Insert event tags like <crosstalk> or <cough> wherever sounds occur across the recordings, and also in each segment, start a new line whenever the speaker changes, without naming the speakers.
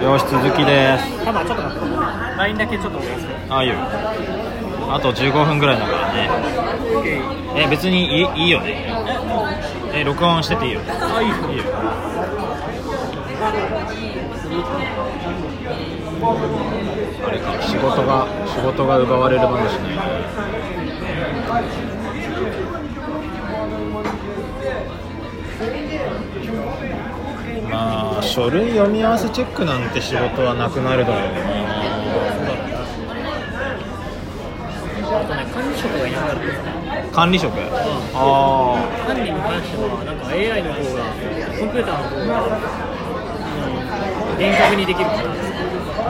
洋室好きです
ただちょっと待って LINE だけちょっとお願いする
ああいうあと15分ぐらいだからねえ別にいいいいよねえ録音してていいよ
あいい
いいよあれか仕事が仕事が奪われる話ねまあ書類読み合わせチェックなんて仕事はなくなるだろう
あとね管理職がいなくなるんですね
な管理職ああ
管理に関してはなんか AI の方がコンピューターの方があの厳格にできるから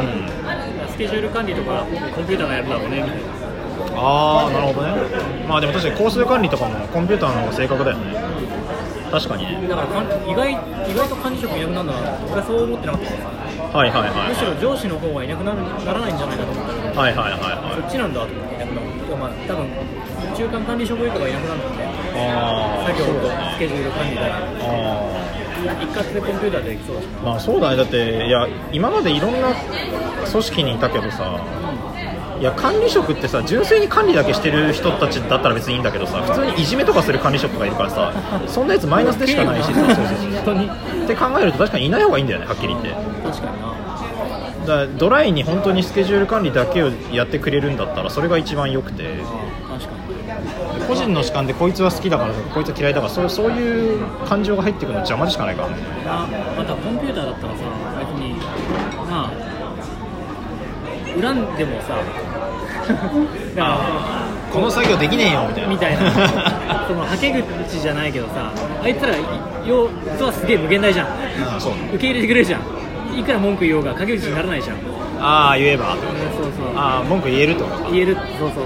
うん
スケジュール管理とかコンピューターがやるだろうねみたいな
ああなるほどねまあでも確かに工数管理とかもコンピューターの方が正確だよね確かにね
だから管意外意外と管理職いなくなるんだなって僕はそう思ってなかったから
はいはいはい
むしろ上司の方がいなくなるならないんじゃないかと思ったら
はいはいはい
そ
は
っちなんだと思っていなくなるてかまあ多分中間管理職以下がいなくなるので
いああ
作業とスケジュール管理だよ
あ
一括でコンピューターでできそうだし
あまあそうだねだっていや今までいろんな組織にいたけどさいや管理職ってさ純粋に管理だけしてる人たちだったら別にいいんだけどさ普通にいじめとかする管理職がいるからさそんなやつマイナスでしかないしさそうそうそう
本当に
って考えると確かにいない方がいいんだよねはっきり言って
確かにな
だからドライに本当にスケジュール管理だけをやってくれるんだったらそれが一番良くて
確かに
個人の主観でこいつは好きだからとかこいつは嫌いだからそうそういう感情が入ってくるのは邪魔でしかないからね
なまたコンピューターだったらさ別にまあ恨んでもさ
<laughs>
だか
この作業できねえよみたい
ら
な
みたい
<laughs>
なそのはけ口じゃないけどさあいつら要実はすげえ無限大じゃん
うんそう
受け入れてくれるじゃんいくら文句言おうが陰口にならないじゃんそう
ああ言えば
そう
ああ文句言えるってことか
言えるそうそうそう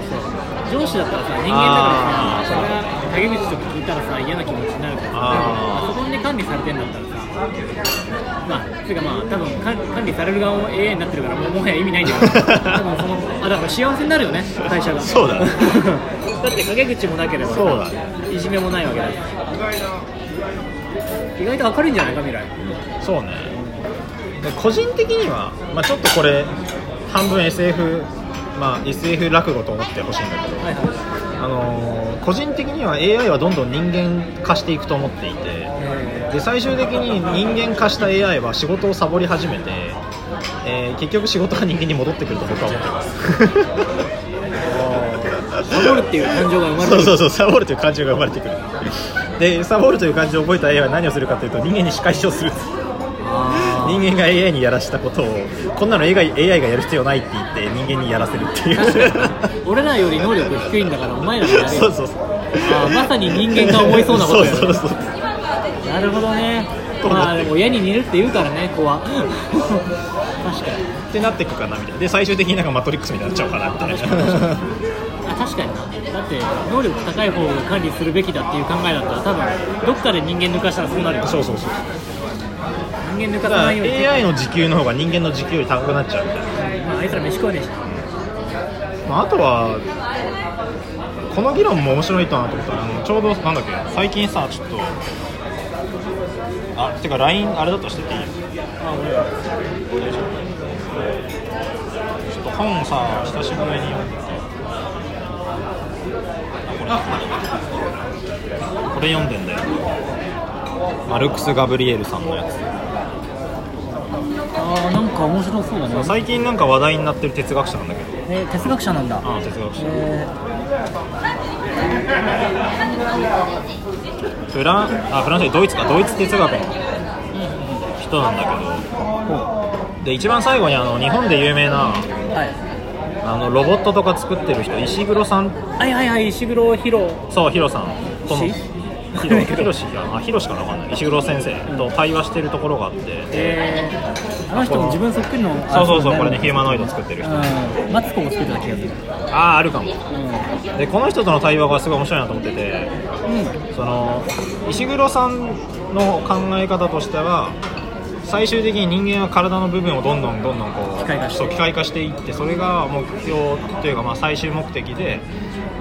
上司だったらさ人間だ
あー
からさそれが陰口とか聞いたらさ嫌な気持ちになるからさ
あー
パソコンで管理されてんだったらさまあていうかまあ多分管管理される側も AI になってるからもうもはや意味ないんだ
<laughs>
よ多分そのあだから幸せになるよね会社が
そうだね
<laughs> だって陰口もなければさ
そうだね
いじめもないわけだし意外と明るいんじゃないか未来
そうねで個人的には、まあ、ちょっとこれ半分 SF まあ SF 落語と思ってほしいんだけど、
はいはい
あのー個人的には AI はどんどん人間化していくと思っていて
え
で最終的に人間化した AI は仕事をサボり始めて、えー結局仕事が人間に戻ってくると僕は思ってます
<laughs> ーサボるっていう感情が生まれて
そう
る
そうそうサボるという感情が生まれてくるでサボるという感情を覚えた AI は何をするかというと人間に仕返しをする
あー
人間が AI にやらしたことをこんなの AI が AI がやる必要ないって言って人間にやらせるっていう
<laughs> 俺らより能力低いんだからお前らがやれよ
そうそうそう
あーまさに人間が思いそうなことだよね
そうそうそう
なるほどね
と思って
まあでも親に似るって言うからね子は確かに
ってなっていくかなみたいなで最終的になんかマトリックスみたいになっちゃうかなみたい
確かに確か
な
あ確かになだって能力高い方が管理するべきだっていう考えだったら多分どっかで人間抜かしたらそうなるよ
<laughs> そうそうそう
人間抜か
だ
さ
から
ないように
AI の時給の方が人間の時給より高くなっちゃうみたいな
まあ、あいつら飯食わねえし
まあ、あとはこの議論も面白いとなと思ったらあのちょうどなんだっけ最近さちょっとあてか LINE あれだとしてていい
あ俺
ち
ら
ょっと本をさ久しぶりに読んでてあこれこれ読んでんだよマルクス・ガブリエルさんのやつ
あーなんか面白そうだね
最近なんか話題になってる哲学者なんだけど
えー哲学者なんだ
ああ哲学者
え
フランあフランスじゃないドイツかドイツ哲学の人なんだけどで一番最後にあの日本で有名な
ーはい
あのロボットとか作ってる人石黒さん
はいはいはい石黒博
そうヒロさんとの
し
ヒロヒロシがあヒロシかなわかんない石黒先生と対話してるところがあって
えー、あの人も自分そっくりの
そうそうそうこれねヒュ
ね
ーマノイド作ってる人
うんマツコも作ってた気がする
ああーあるかも
う
でこの人との対話がすごい面白いなと思ってて
ん、うん、
その石黒さんの考え方としては最終的に人間は体の部分をどんどんどんどんこう
機械化して
そう機械化していってそれが目標というかまあ最終目的で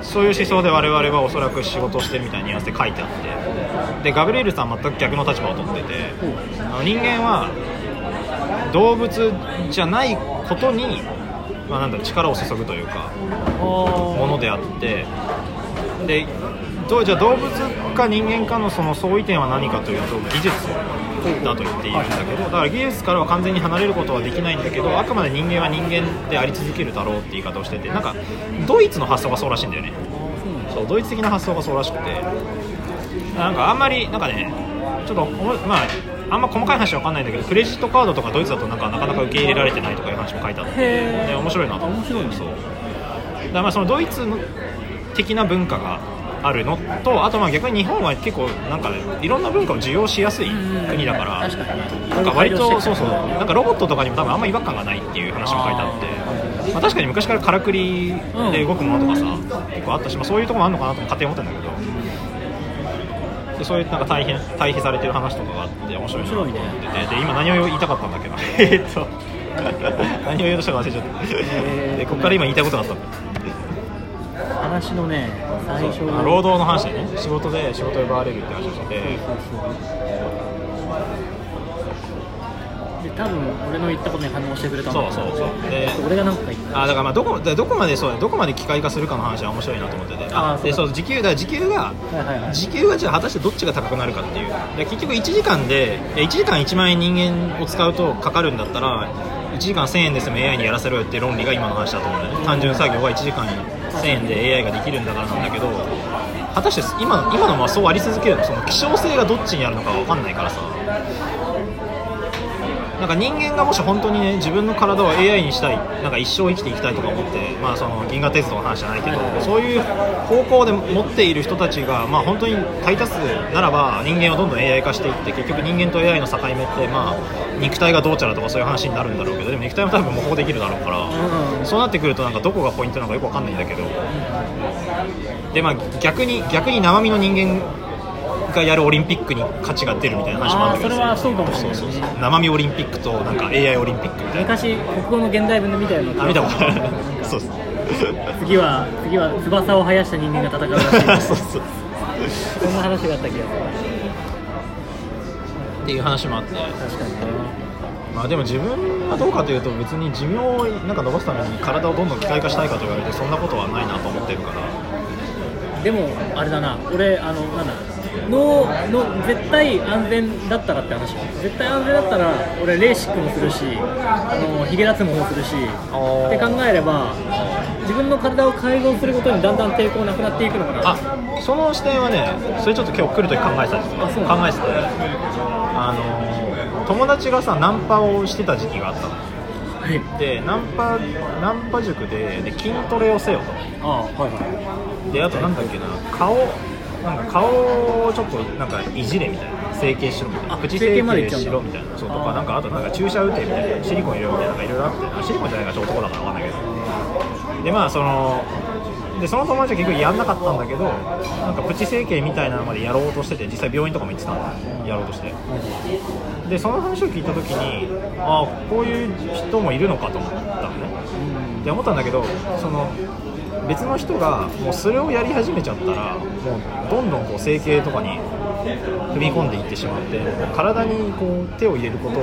そういう思想で我々はおそらく仕事をしてるみたいなニュアンスで書いてあってでガブリエルさんは全く逆の立場を取っててあの人間は動物じゃないことに、まあ、なんだろう力を注ぐというかものであってでどうじゃあ動物か人間かのその相違点は何かというと技術だと言っているんだけどだから技術からは完全に離れることはできないんだけどあくまで人間は人間であり続けるだろうって言い方をしててなんかドイツの発想がそうらしいんだよねそうドイツ的な発想がそうらしくてなんかあんまりなんかねちょっとおもまああんま細かい話は分かんないんだけどクレジットカードとかドイツだとなんかなかなか受け入れられてないとかいう話も書いてあって、
へー
ね面白いなと思って
面白いね
そうだからまあそのドイツの的な文化があるのとあとまあ逆に日本は結構なんかいろんな文化を受容しやすい国だから、
確かに
なんか割とそうそうなんかロボットとかにも多分あんま違和感がないっていう話も書いてあって、まあ、確かに昔からからくりで動くものとかさ、結構あったし、まあ、そういうとこもあるのかなとも勝手に思ってんだけどでそういうなんか対比対比されてる話とかがあって面白いなと思ってて、
面
で今何を言いたかったんだっけど <laughs> えーっと何を言おうとしたか忘れちゃった、
えー
でここから今言いたいことがあったんだ
話のね最初
あ労働の話でね仕事で仕事を奪われるって話をしてて、
そうそうで多分俺の言ったことに反応してくれたんだと思
そうそうそうで
俺が何か言った
あだからまあどこだどこまでそうだどこまで機械化するかの話は面白いなと思ってて
あー
で
そ
そうう時給だから時給が
はいはいはい
時給がじゃあ果たしてどっちが高くなるかっていうで結局1時間でえ1時間1万円人間を使うとかかるんだったら1時間1000円で済む AI にやらせろよって論理が今の話だと思うんだよね単純作業が1時間1000円で AI ができるんだからなんだけど果たして今の今のまあそうあり続けるのその希少性がどっちにあるのか分かんないからさなんか人間がもし本当にね自分の体を AI にしたいなんか一生生きていきたいとか思って、まあ、その銀河鉄道の話じゃないけどそういう方向で持っている人たちが、まあ、本当に大多数ならば人間をどんどん AI 化していって結局人間と AI の境目って、まあ、肉体がどうちゃらとかそういう話になるんだろうけどでも肉体も多分模倣できるだろうから、
うん
そうなってくるとなんかどこがポイントなのかよくわかんないんだけどで、まあ、逆に逆に生身の人間がやるオリンピックに価値が出るみたいな話もあるんだけど
あーそれはそうかもしれない
そうそうそう生身オリンピックとなんか AI オリンピックみたいな
昔国語の現代文で見たような
あ見たことある
なんか
<laughs> そうそう
次は次は翼を生やした人間が戦うら
<laughs>
しい
そうそう
そんな話があった気が
っていう話もあって
する確かにね
まあでも自分はどうかというと別に寿命をなんか伸ばすために体をどんどん機械化したいかと言われてそんなことはないなと思ってるから
でもあれだな俺あのなんだ脳の絶対安全だったらって話絶対安全だったら俺レーシックもするしあのヒゲ脱毛もするし
ー
って考えれば自分の体を改造することにだんだん抵抗なくなっていくのかな
あその視点はねそれちょっと今日来るとき考えてたんですよ
あそうなの
考えててあの友達がさナンパをしてた時期があったの
はい
でナンパナンパ塾でで筋トレをせよ
あはいは
とであとなんだっけな顔なんか顔をちょっとなんかいじれみたいな整形しろみたいな
あ
口
整形までいっ
整
ち
形し
ゃうんだ
ろみたいなそうとか
あー
なんかあとなんか注射打てみたいなシリコン入れろみたいななんかいろいろあってあシリコンじゃないからちょっと男だからわかんないけどでまあそのでその友達は結局やんなかったんだけどなんかプチ整形みたいなのまでやろうとしてて実際病院とかも行ってたんだやろうとしてでその話を聞いた時にああこういう人もいるのかと思ったのねって思ったんだけどその別の人がもうそれをやり始めちゃったらもうどんどんこう整形とかに踏み込んでいってしまって体にこう手を入れること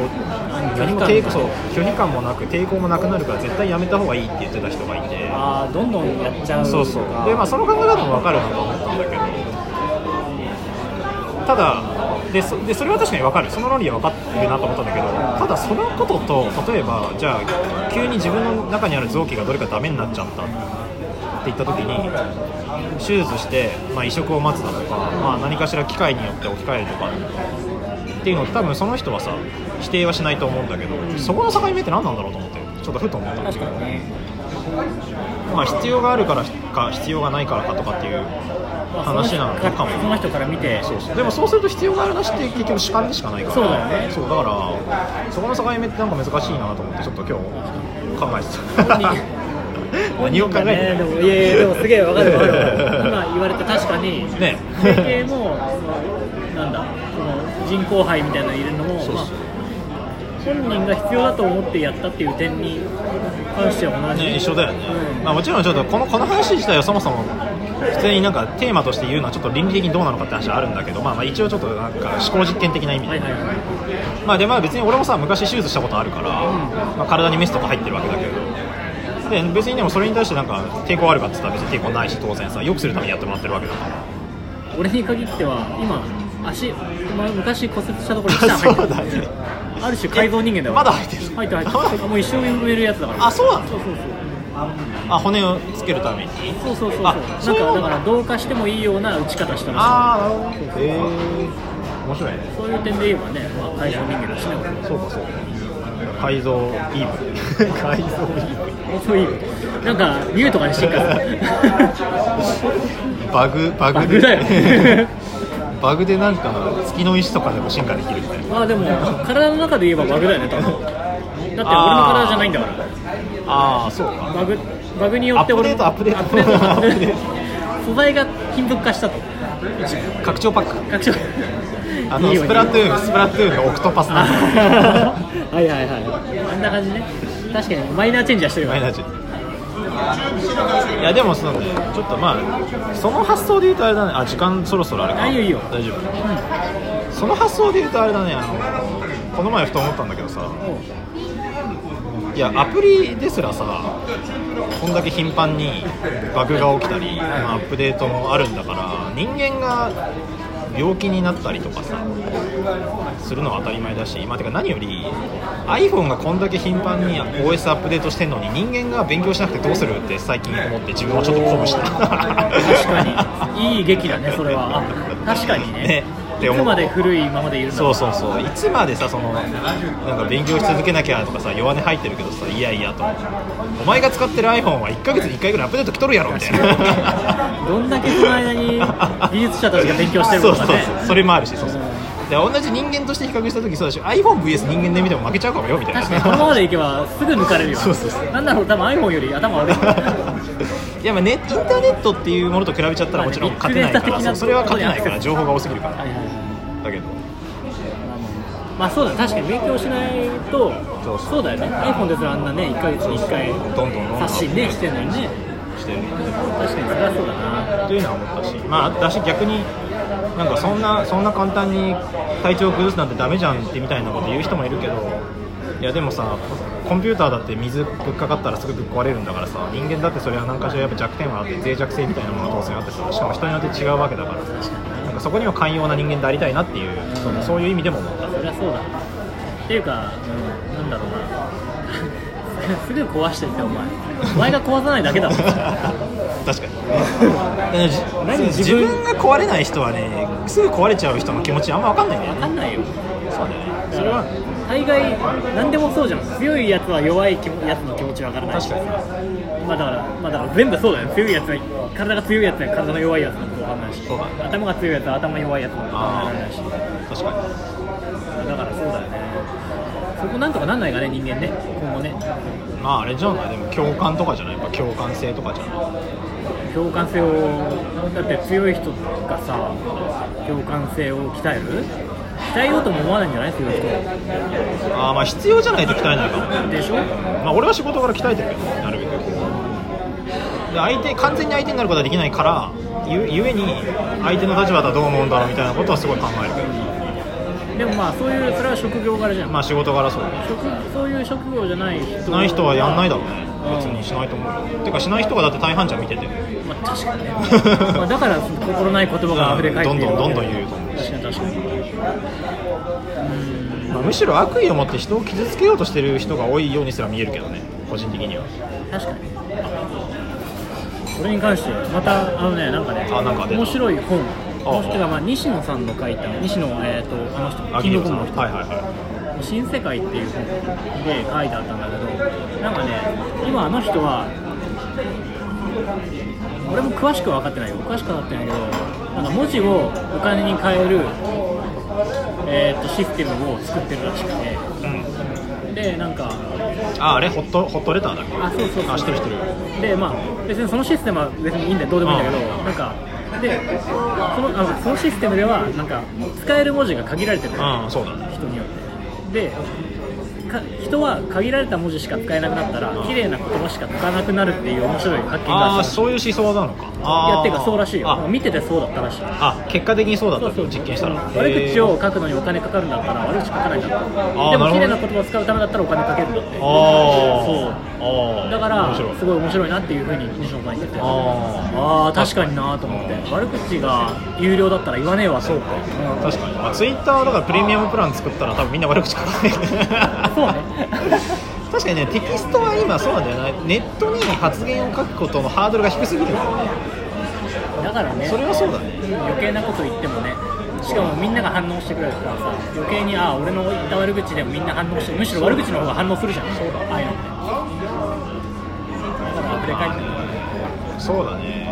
何も抵抗そう距離感もなく抵抗もなくなるから絶対やめた方がいいって言ってた人がいて
あーどんどんやっちゃう
そうそうでまあその考え方も分かるなと思ったんだけどただでそでそれは確かに分かるその論理は分かってるなと思ったんだけどただそのことと例えばじゃあ急に自分の中にある臓器がどれかダメになっちゃったって言った時に手術して、まあ、移植を待つだとか、まあ、何かしら機械によって置き換えるとかっていうのって多分その人はさ否定はしないと思うんだけど、そこの境目って何なんだろうと思ってちょっとふと思ったんだけ
確
ど
かにね
まあ、必要があるからか必要がないからかとかっていう
まあ
話なのか
その
も
人から見て
そうそうでもそうすると必要があるなしって結局主観でしかないから
そうだよね
そうだからそこの境目ってなんか難しいなと思ってちょっと今日考えてた
本人
<laughs> 何を考えて
ね、で
る
もいやいやでもすげえわかるわか
<laughs>
る今言われて確かに
ね
整形もそのなんだその人工肺みたいなの入れるのも
そうそう
まあ本人が必要だと思ってやったっていう点に関しては同じ、
ね、一緒だよね、
うん
まあ、もちろんちょっとこのこの話自体はそもそも普通になんかテーマとして言うのはちょっと倫理的にどうなのかって話はあるんだけど、まあ、まあ一応ちょっとなんか思考実験的な意味で、
はいはいはい
まあでまあ別に俺もさ昔手術したことあるから、
ん
まあ、体にメスとか入ってるわけだけどで別にでもそれに対してなんか抵抗あるかって言ったら別に抵抗ないし当然さよくするためにやってもらってるわけだから
俺に限っては今足、まあ、昔骨折したところに
<laughs> そうだ
る
ね
ある種改造人間だよ
まだ入ってる
入ってる入ってるもう一生埋めるやつだから
あそうなの
そうそう
あ骨をつけるために
そうそうそうそう
あ
そう
そう
な
なんんだ
かだから同化してもいいような打ち方したら
ああなるほどえー、面白いね
しいそういう点で言えばね、まあ、改造人間だしね
そうかそうか改造イーブ <laughs> 改造イーブ
俺そういうなんか竜とかに進化する
バグバ
バ
グ
グ
で
だよ
<laughs> バグでなんか月の石とかでも進化できるみたいな
まあでも体の中で言えばバグだよね多分だって俺の体じゃないんだから
ああそうか
バグバグによって俺の
アップデートアップデート
アップデート
アッ
素材が金属化したと
拡張パック
学長
あの
いいよ
スプラトゥーンスプラトゥーンのオクトパス
<laughs> あ
なん
<laughs>
だ
はいはいはいあんな感じね確かにマイナーチェンジはしてるよ
マイナーチェンジいやでもそのねちょっとまあその発想で言うとあれだねあ時間そろそろあれか
あいいよいいよ
大丈夫、その発想で言うとあれだねあのこの前ふと思ったんだけどさ
おう
いやアプリですらさこんだけ頻繁にバグが起きたり、まあ、アップデートもあるんだから人間が病気になったりとかさするのは当たり前だし、まあ、てか何より iPhone がこんだけ頻繁に OS アップデートしてんのに人間が勉強しなくてどうするって最近思って自分をちょっと鼓舞した <laughs>
確かにいい劇だねそれはあ確かにね
ねって
い
思う
つまで古いままでいるんだ
そうそうそういつまでさそのなんか勉強し続けなきゃとかさ弱音入ってるけどさいやいやとお前が使ってる iPhone は1ヶ月に1回ぐらいアップデート来とるやろみたいな
どんだけその間に技術者たちが勉強してる
そ
の
うそ
か
う
ね
そうそれもあるしそうそうで同じ人間として比較した時そうだし iPhone vs 人間で見ても負けちゃうかもよみたいな
確かにこのままでいけばすぐ抜かれるよ
そうそうそう
なんだろう多分 iPhone より頭悪
<laughs>
い
いやまあねインターネットっていうものと比べちゃったらもちろん勝てないか
まあ
ら
ね
そうそれは勝てないから
ビッ
情報が多すぎるから
はいはいはい
だけど
まあそうだね確かに勉強しないと
そうそう
そうだよね iPhone ですらあんなね1ヶ月に1回
どんどんどんどん
刷新ねしてんのにね
してる
確かにそれはそうだな
というのは思ったし、まあ、私逆になんかそんなそんな簡単に体調を崩すなんてダメじゃんってみたいなこと言う人もいるけどいやでもさコンピューターだって水ぶっかかったらすぐぶっ壊れるんだからさ人間だってそれは何かしらやっぱ弱点はあって脆弱性みたいなものが当然あってさしかも人によって違うわけだからさなんかそこには寛容な人間でありたいなっていうそのそういう意味でも思った
そりゃそうだっていうか、うん、なんだ <laughs> ろうなすぐ壊してってお前お前が壊さないだ
<laughs>
けだ
確かにじ
何自
自
分
分が壊れない人はねすぐ壊れちゃう人の気持ちあんま分かんないんだよ
分
ね
かんないよ
そうだね
だ
そ
か
れは
ら大概何でもそうじゃん強いやつは弱い気もやつの気持ち分からない
確かに
まあだから、まあだから全部そうだよ。強いやつは、体が強いやつは体の弱いやつのことわかんないし、
そうだね
頭が強いやつは頭弱いやつのことわかんないし、
確かに
だからそうだよね。そこなんとかなんないかね、人間ね、今後ね。
まああれじゃないでも共感とかじゃないやっぱ共感性とかじゃない
共感性を、だって強い人がさ、共感性を鍛える鍛えようとも思わないんじゃない強い人
ああまあ必要じゃないと鍛えないかもね
でしょ
まあ俺は仕事から鍛えてるけどなるべくで相手完全に相手になることはできないからゆゆえに相手の立場だとどう思うんだろうみたいなことはすごい考えるけど
でもまあ、そういう、それは職業柄じゃん。
まあ仕事柄そうね
職そういう職業じゃない人
ない人はやんないだろうね
うん
別にしないと思うよてかしない人がだって大半じゃん見てて
まあ、確か
<laughs>
にね、まあ、だから心ない言葉が溢れ返っている
うんどんどんどんどん言うと思う
確かに確かに
まあむしろ悪意を持って人を傷つけようとしてる人が多いようにすら見えるけどね個人的には
確かにこれに関してまたあのねなんかね
あなんか出た
面白い本
あ
もしくはまあ西野さんの書いた西野えっ、とあの人
あ
キングコ
さ
ン
ん
グの人、
はいはいはい
新世界」っていう本で書いてあったんだけどなんかね今あの人は俺も詳しくは分かってないよ詳しくは分かってないけどなんか文字をお金に変える、えー、とシステムを作ってるらしく
うん
てでなんか
ああれホットホットレターだっけ
あそうそうそう
あ知ってる知ってる
でまあ別にそのシステムは別にいいんだよどうでもいいんだけど
うん
なんかでそのあのそのシステムではなんか使える文字が限られてる
うんそうだね
人によってでか人は限られた文字しか使えなくなったら綺麗な言葉しか使わなくなるっていう面白い発見が
あ
あ
あ
った
そういう思想なのかあ
い
ー
やっていうかそうらしいよなんか
あ
見ててそうだったらしい
あ結果的にそうだった
そう
って
そ
こと
う
実験したら
悪口
へ
を
ー
書くのにお金かかるんだったら悪口書かないんだって
ー
でも綺麗な言葉を使うためだったらお金かけるんだって
あ
そ
ああ
うだか
面
ら
白い
すごい面白いなっていうふうに西野さん言ってて
あ
ああ確かになと思って悪口が有料だったら言わねえわ
あ
と
そう
思っ
か
て
確かに、まあ、ツイッターだからプレミアムプラン作ったら多分みんな悪口書かない
そうね
<laughs> 確かにねテキストは今そうなんだよねネットに発言を書くことのハードルが低すぎるんだよね
だからね
それはそうだね
余計なこと言ってもねしかもみんなが反応してくれるからさ余計にああ俺の言った悪口でもみんな反応してむしろ悪口の方が反応するじゃんそうだああいうのってだからあふれ返ってくる
そうだね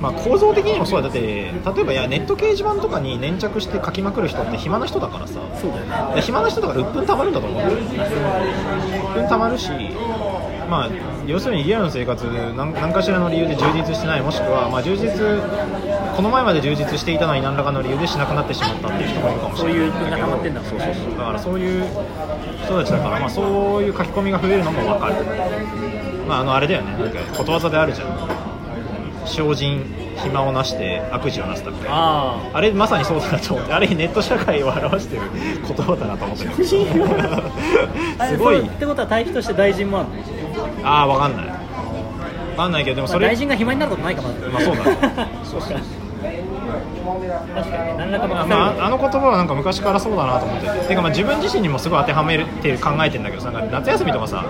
まあ構造的にもそうだだって例えばいやネット掲示板とかに粘着して書きまくる人って暇な人だからさ
そうだよね
で暇な人だから鬱憤たまるんだと思う鬱憤たまるしまあ要するにリアルの生活何何かしらの理由で充実してないもしくは、まあ、充実この前まで充実していたのに何らかの理由でしなくなってしまったっていう人もいるかもし
そう
れない
いう鬱憤が溜まってんだ
そうそうそうだからそういう人たちだから、まあ、そういう書き込みが増えるのも分かる、まあ、あのあれだよねなんかことわざであるじゃん精進暇をなして悪事をなすだみたいな
ああ
あれまさにそうだなと思ってあれネット社会を表してる言葉だなと思ってる
<laughs> 精進暇をなあ
す
れ
ごい
そうってことは対比として大臣もあるの、
ああ分かんない分かんないけどでも
まあ、
それ、
大臣が暇になることないかまず
まあそうだね
<laughs> そうそう確かに何らかの
まあ、あの言葉はなんか昔からそうだなと思ってててかまあ自分自身にもすごい当てはめて考えてんだけどさなんか夏休みとかさ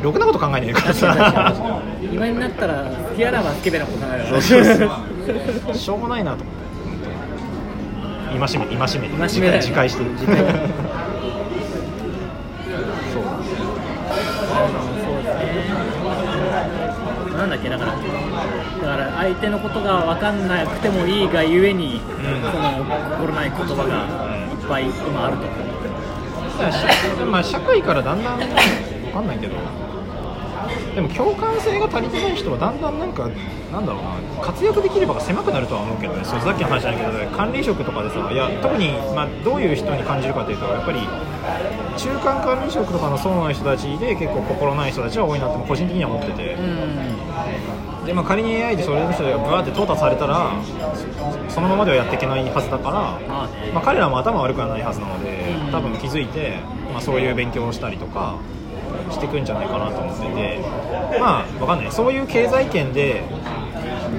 ろくなこと考えねえから
確かに確
さ
<laughs> かに暇になったらティアラはスケベなことになるよね
そうそう
<laughs>
そうしょうもないなと思って本当に戒め戒め
戒めだよね
自戒してる
<laughs> 自戒
そう
そうですね。なんだっけだから、だから相手のことが分かんなくてもいいがゆえに、その心ない言葉がいっぱい今あると。
だから社まあ、社会からだんだん分かんないけどでも共感性が足りてない人はだんだんなんかなんだろうな活躍できればが狭くなるとは思うけどねそうさっきの話じゃないけど、管理職とかでさいや特に、まあ、どういう人に感じるかというとやっぱり中間管理職とかの層の人たちで結構心ない人たちは多いなって個人的には思ってて。でまあ、仮に AI でそれの人がブワーって淘汰されたらそそのままではやっていけないはずだから、
まあね
まあ、彼らも頭悪くはないはずなので
うん
多分気づいて、まあ、そういう勉強をしたりとかしていくんじゃないかなと思っててまあわかんないそういう経済圏で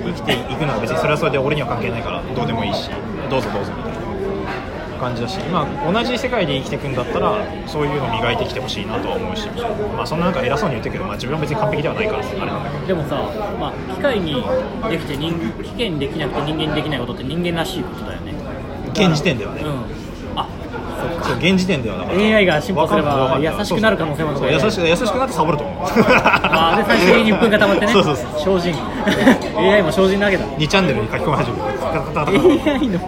生きていくのは別にそれはそれで俺には関係ないからどうでもいいしどうぞどうぞみたいな感じだし、まあ、同じ世界で生きていくんだったらそういうの磨いてきてほしいなとは思うし、まあ、そんななんか偉そうに言ってるけど、まあ、自分は別に完璧ではないからあれなんだけど。
でもさ、まあ、機械にできて人、機械にできなくて人間にできないことって人間らしいことだよね。
現時点ではね、
うん。あ、
そう現時点ではだから
AI が進歩すれば
わかんない
優しくなる可能性もある
そうそう優しく優しくなってサボると思うあ
あで最終的に鬱憤が溜まってね。
<laughs> そうそうそう
精進。AI も精進なわけだ。
2チャンネルに書き込み始めるカタカタカタカタ
AI の。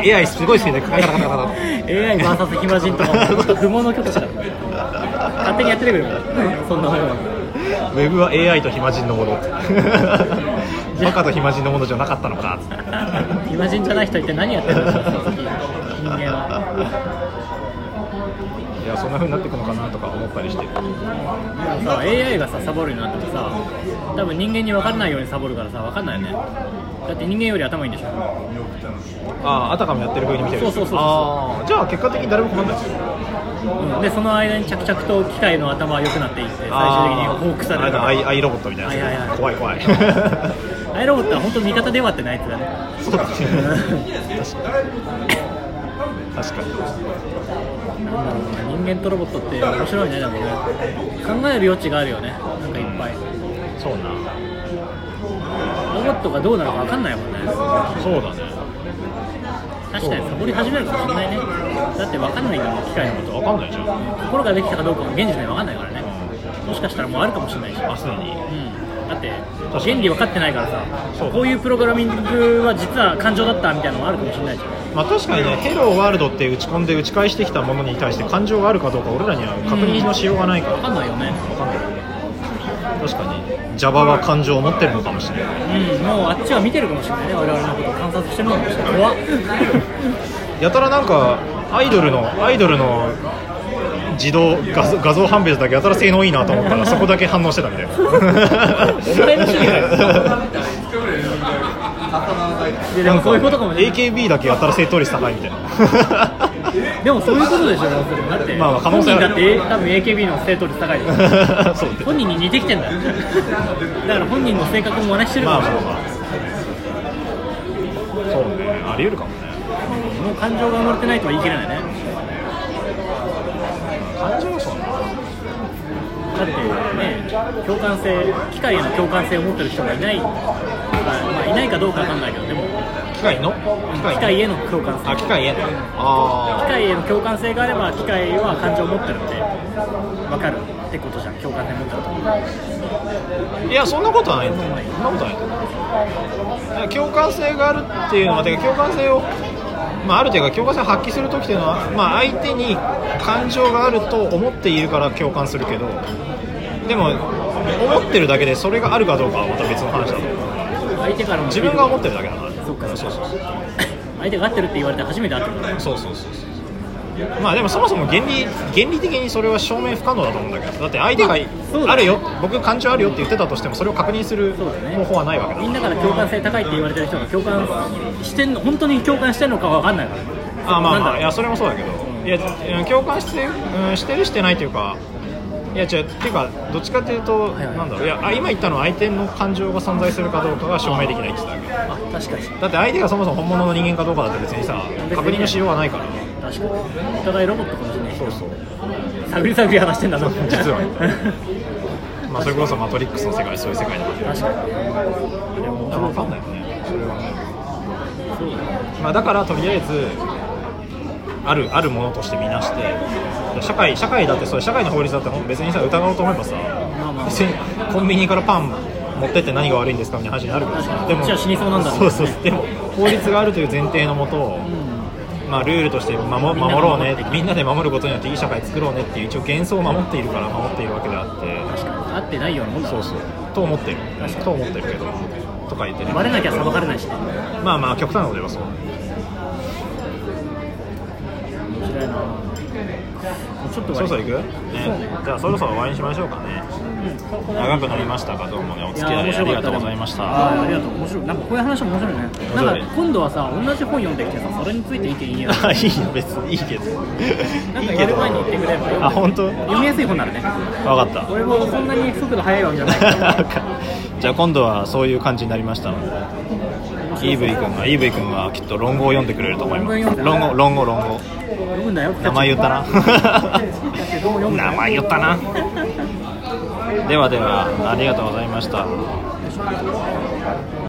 AI, AI すごい好きでカタカタカタカタ
AIVS 暇人とか不毛の曲だ勝手にやっててくれるそんなもの
ウェブは AI と暇人のも
<laughs>
のバカと暇人のものじゃなかったのか <laughs>
暇人じゃない人一体何やってるんですかその時人間はい
やそんな風になっていくのかなとか思ったりして
でもさ AI がさサボるようになってもさ多分人間に分からないようにサボるからさ分かんないよねだって人間より頭いいんでしょ
あああたかもやってる風に見てる
そうそうそうそう
あーじゃあ結果的に誰も困んないですよ
うんでその間に着々と機械の頭は良くなっていって最終的にホークされる
あれだアイアイロボットみたいなやつ、
はいはいはい
怖い怖
<laughs>
い
アイロボットは本当味方ではってないやつだね
そうだね確かに
なんだろうな人間とロボットって面白いねでもね考える余地があるよねなんかいっぱい
そうな
ロボットがどうなるか分かんないもんね
そうだね
確かにサボり始めるかもしれないねだって分かんないんだもん機械のこと
分かんないじゃん
心ができたかどうかも現時点で分かんないからねもしかしたらもうあるかもしれないし、う
あすでに
ん、だって
かに
原理分かってないからさ
そう
こういうプログラミングは実は感情だったみたいなのもあるかもしれないじゃん
まあ確かにね「ヘローワールド」って打ち込んで打ち返してきたものに対して感情があるかどうか俺らには確認のしようがないから
分かんないよね
分かんない確かに Java は感情を持ってるのかもしれない
うんもうあっちは見てるかもしれないね我々のことを観察してるのかもしれない怖っ
やたらなんかアイドルのアイドルの自動画像画像判別だけやたら性能いいなと思ったらそこだけ反応してたみたいな
<laughs> お前の趣味だよいやでもそういうことかもしれない
AKB だけやたら正答率高いみたいな
でもそういうことでしょ要するにだって、
まあまあ可能
本
性
人
ある
だって多分 AKB の正答率高いでしょ
そうって
本人に似てきてんだよだから本人の性格も真似してるか
まあ
もしれ
まあ
ない、
まあそうねあり得るかもね
もう感情が生まれてないとは言い切れないね
感情はそうなんだ
だってね共感性機械への共感性を持ってる人がいない、まあまあいないかどうかわかんないけどでも
機械の機
機械への共感性
あ機械へ
機
あ
械への共感性があれば機械は感情を持ってるんで分かるってことじゃん共感性持ってると思う
あいやそんなことはないと思うそんなことはないと思う共感性があるっていうのはてか共感性をまあ、ある程度共感性を発揮する時っていうのは、まあ、相手に感情があると思っているから共感するけどでも思ってるだけでそれがあるかどうかはまた別の話だと思う
相手からも
自分が思ってるだけだから
そっか
そうそうそう
相手が合ってるって言われて初めて合ってるから
そうそうそうそうまあでもそもそも原理原理的にそれは証明不可能だと思うんだけどだって相手
そう
が
だ
あるよ、僕感情あるよって言ってたとしてもそれを確認する
そうだね
方法はないわけだ
みんなから共感性高いって言われてる人が共感してんの本当に共感してんのかわかんないから
あまあまあい
なんだろう
やそれもそうだけどいや共感して,、うん、してるしてないというかいや違うっていうかどっちかというと、
はいはい
なんだろういやあ今言ったのは相手の感情が存在するかどうかが証明できないって言ってたわけだ
あ確かに
って相手がそもそも本物の人間かどうかだって別にさ
に
確認のしようはないから
確かにお互いロボットかもしれない
そうそう
探り探り話してんだな
実は
<laughs>
まあそれこそマトリックスの世界そういう世界だから
確かにでも
分かんないよねそれはね、まあ、だからとりあえずあるあるものとして見なして社会社会だってそれ社会の法律だって別にさ疑おうと思えばさ
まあまあ
別にコンビニからパン持ってって何が悪いんですかみたいな話になるけど
確か
さ
に
で
こっちは死にそうなんだろう
そ
ね
うそうでも法律があるという前提のもと、まあ、ルールとして守守ろうねみんなで守ることによっていい社会作ろうねっていう一応幻想を守っているから守っているわけであって
確かに合ってないようなもんだ
そうそうと思ってると思ってるけどとか言ってね
バレなきゃ裁かれないしね
まあまあ極端なこと言えばそう
面白いなもうちょっと
そろ
終
そ
わ
ろ
り
行く、ね、じゃあそろそろ終わりにしましょうかね長くなりましたかどうもねお付き合いありがとうございました
は
はい
ありがとう面白いなんかこういう話も面白いね
面白
ないんか今度はさ同じ本読んできてさそれについて意見言えよ
<laughs> いいいよ別にいいけど
なん
い
か
い
や
け
る
ど
前に言ってくれれば読んで
あ本当
読みやすい本ならね
わかった <laughs>
俺もそんなに速度速いわけじゃないから
じゃあ今度はそういう感じになりましたので EV 君は EV 君はきっと論語を読んでくれると思います
論語読
論語
んだ
論語論語
読むんだよ
名前言
<laughs>
ったな
むんだ
<laughs>
よ
名前言ったなではではありがとうございました